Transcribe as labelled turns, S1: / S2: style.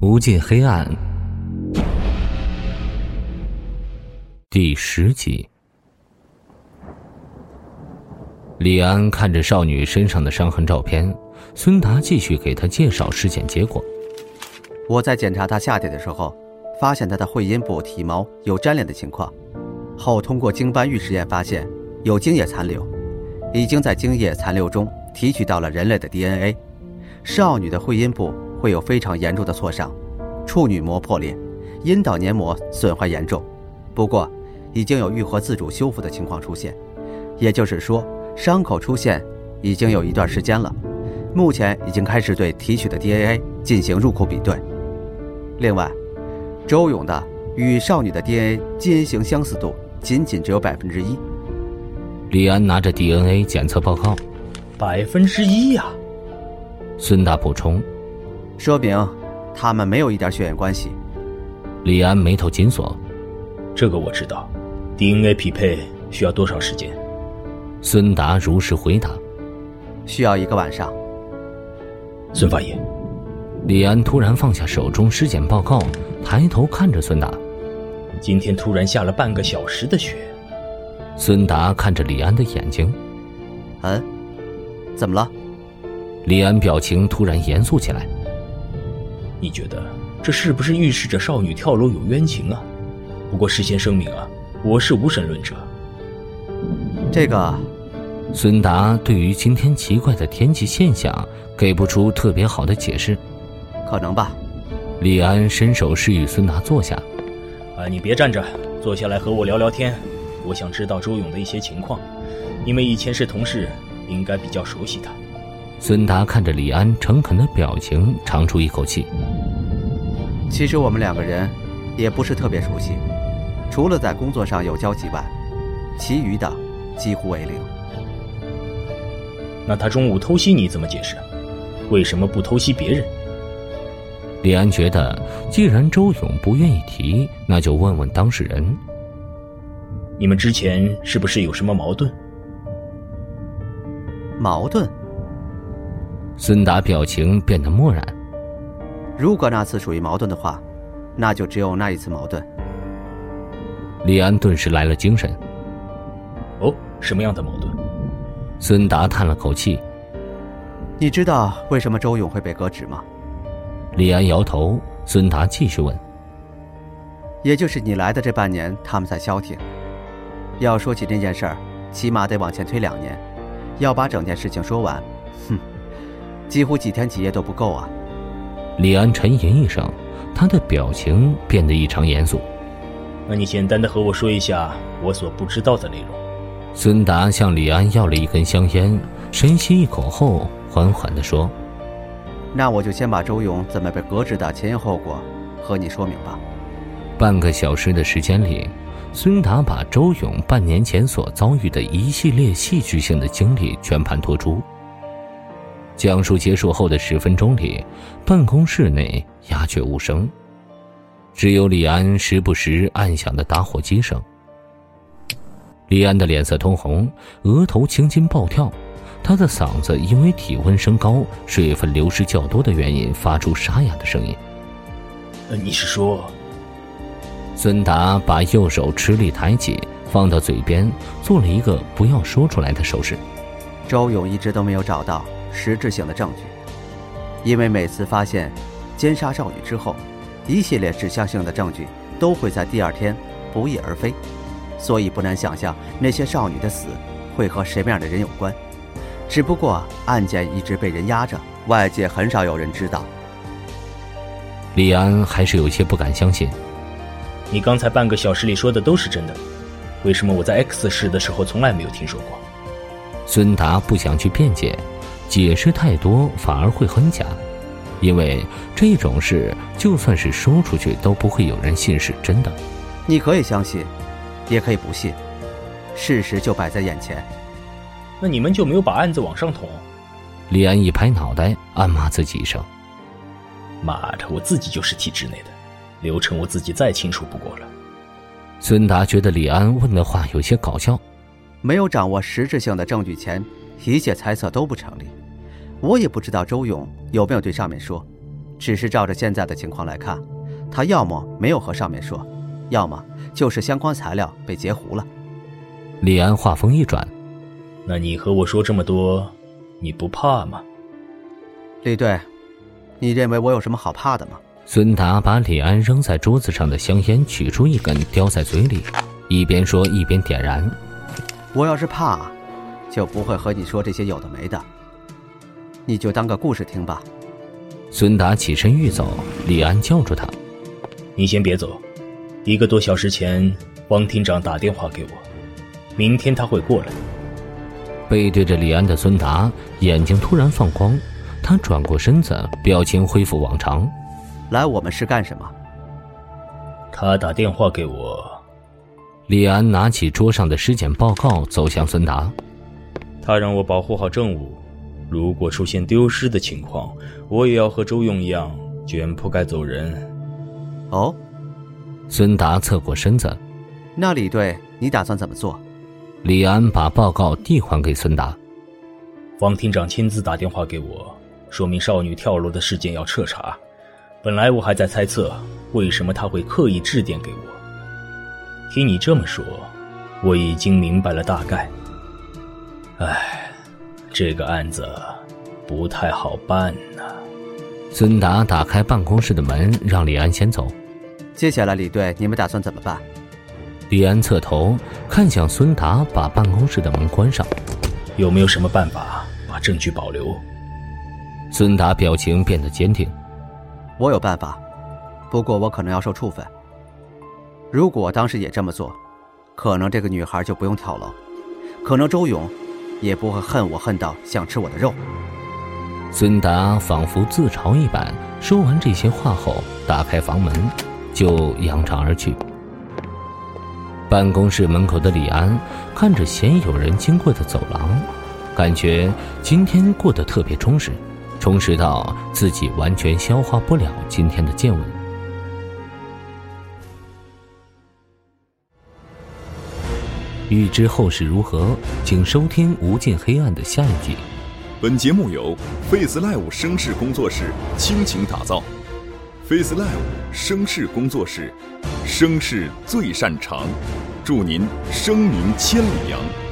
S1: 无尽黑暗》第十集。李安看着少女身上的伤痕照片，孙达继续给他介绍尸检结果。
S2: 我在检查她下体的时候，发现她的会阴部体毛有粘连的情况，后通过经斑玉实验发现有精液残留，已经在精液残留中提取到了人类的 DNA。少女的会阴部会有非常严重的挫伤，处女膜破裂，阴道黏膜损坏严重。不过，已经有愈合自主修复的情况出现，也就是说，伤口出现已经有一段时间了。目前已经开始对提取的 DNA 进行入库比对。另外，周勇的与少女的 DNA 基因型相似度仅仅只有百分之一。
S1: 李安拿着 DNA 检测报告，
S3: 百分之一呀。
S1: 孙达补充，
S2: 说明他们没有一点血缘关系。
S1: 李安眉头紧锁，
S3: 这个我知道。DNA 匹配需要多少时间？
S1: 孙达如实回答，
S2: 需要一个晚上。
S3: 孙法医，
S1: 李安突然放下手中尸检报告，抬头看着孙达。
S3: 今天突然下了半个小时的雪。
S1: 孙达看着李安的眼睛，
S2: 嗯，怎么了？
S1: 李安表情突然严肃起来。
S3: 你觉得这是不是预示着少女跳楼有冤情啊？不过事先声明啊，我是无神论者。
S2: 这个，
S1: 孙达对于今天奇怪的天气现象给不出特别好的解释。
S2: 可能吧。
S1: 李安伸手示意孙达坐下。
S3: 啊，你别站着，坐下来和我聊聊天。我想知道周勇的一些情况，因为以前是同事，应该比较熟悉他。
S1: 孙达看着李安诚恳的表情，长出一口气。
S2: 其实我们两个人也不是特别熟悉，除了在工作上有交集外，其余的几乎为零。
S3: 那他中午偷袭你怎么解释？为什么不偷袭别人？
S1: 李安觉得，既然周勇不愿意提，那就问问当事人。
S3: 你们之前是不是有什么矛盾？
S2: 矛盾？
S1: 孙达表情变得漠然。
S2: 如果那次属于矛盾的话，那就只有那一次矛盾。
S1: 李安顿时来了精神。
S3: 哦，什么样的矛盾？
S1: 孙达叹了口气。
S2: 你知道为什么周勇会被革职吗？
S1: 李安摇头。孙达继续问：“
S2: 也就是你来的这半年，他们在消停。要说起这件事儿，起码得往前推两年。要把整件事情说完，哼。”几乎几天几夜都不够啊！
S1: 李安沉吟一声，他的表情变得异常严肃。
S3: 那你简单的和我说一下我所不知道的内容。
S1: 孙达向李安要了一根香烟，深吸一口后，缓缓地说：“
S2: 那我就先把周勇怎么被革职的前因后果和你说明吧。”
S1: 半个小时的时间里，孙达把周勇半年前所遭遇的一系列戏剧性的经历全盘托出。讲述结束后的十分钟里，办公室内鸦雀无声，只有李安时不时按响的打火机声。李安的脸色通红，额头青筋暴跳，他的嗓子因为体温升高、水分流失较多的原因，发出沙哑的声音。
S3: 呃，你是说？
S1: 孙达把右手吃力抬起，放到嘴边，做了一个不要说出来的手势。
S2: 周勇一直都没有找到。实质性的证据，因为每次发现奸杀少女之后，一系列指向性的证据都会在第二天不翼而飞，所以不难想象那些少女的死会和什么样的人有关。只不过案件一直被人压着，外界很少有人知道。
S1: 李安还是有些不敢相信，
S3: 你刚才半个小时里说的都是真的，为什么我在 X 市的时候从来没有听说过？
S1: 孙达不想去辩解。解释太多反而会很假，因为这种事就算是说出去都不会有人信是真的。
S2: 你可以相信，也可以不信，事实就摆在眼前。
S3: 那你们就没有把案子往上捅？
S1: 李安一拍脑袋，暗骂自己一声：“
S3: 妈的，我自己就是体制内的，流程我自己再清楚不过了。”
S1: 孙达觉得李安问的话有些搞笑。
S2: 没有掌握实质性的证据前。一切猜测都不成立，我也不知道周勇有没有对上面说，只是照着现在的情况来看，他要么没有和上面说，要么就是相关材料被截胡了。
S1: 李安话锋一转，
S3: 那你和我说这么多，你不怕吗？
S2: 李队，你认为我有什么好怕的吗？
S1: 孙达把李安扔在桌子上的香烟取出一根，叼在嘴里，一边说一边点燃。
S2: 我要是怕，就不会和你说这些有的没的，你就当个故事听吧。
S1: 孙达起身欲走，李安叫住他。
S3: 你先别走，一个多小时前，汪厅长打电话给我，明天他会过来。
S1: 背对着李安的孙达，眼睛突然放光，他转过身子，表情恢复往常。
S2: 来我们是干什么？
S3: 他打电话给我，
S1: 李安拿起桌上的尸检报告，走向孙达。
S3: 他让我保护好证物，如果出现丢失的情况，我也要和周勇一样卷铺盖走人。
S2: 哦，
S1: 孙达侧过身子，
S2: 那李队，你打算怎么做？
S1: 李安把报告递还给孙达。
S3: 方厅长亲自打电话给我，说明少女跳楼的事件要彻查。本来我还在猜测，为什么他会刻意致电给我。听你这么说，我已经明白了大概。唉，这个案子不太好办呐、
S1: 孙达打开办公室的门，让李安先走。
S2: 接下来，李队，你们打算怎么办？
S1: 李安侧头看向孙达，把办公室的门关上。
S3: 有没有什么办法把证据保留？
S1: 孙达表情变得坚定。
S2: 我有办法，不过我可能要受处分。如果我当时也这么做，可能这个女孩就不用跳楼，可能周勇也不会恨我恨到想吃我的肉。
S1: 孙达仿佛自嘲一般，说完这些话后，打开房门，就扬长而去。办公室门口的李安看着鲜有人经过的走廊，感觉今天过得特别充实，充实到自己完全消化不了今天的见闻。欲知后事如何，请收听《无尽黑暗》的下一集。
S4: 本节目由 Face Live 声势工作室倾情打造，Face Live 声势工作室，声势最擅长，祝您声名千里扬。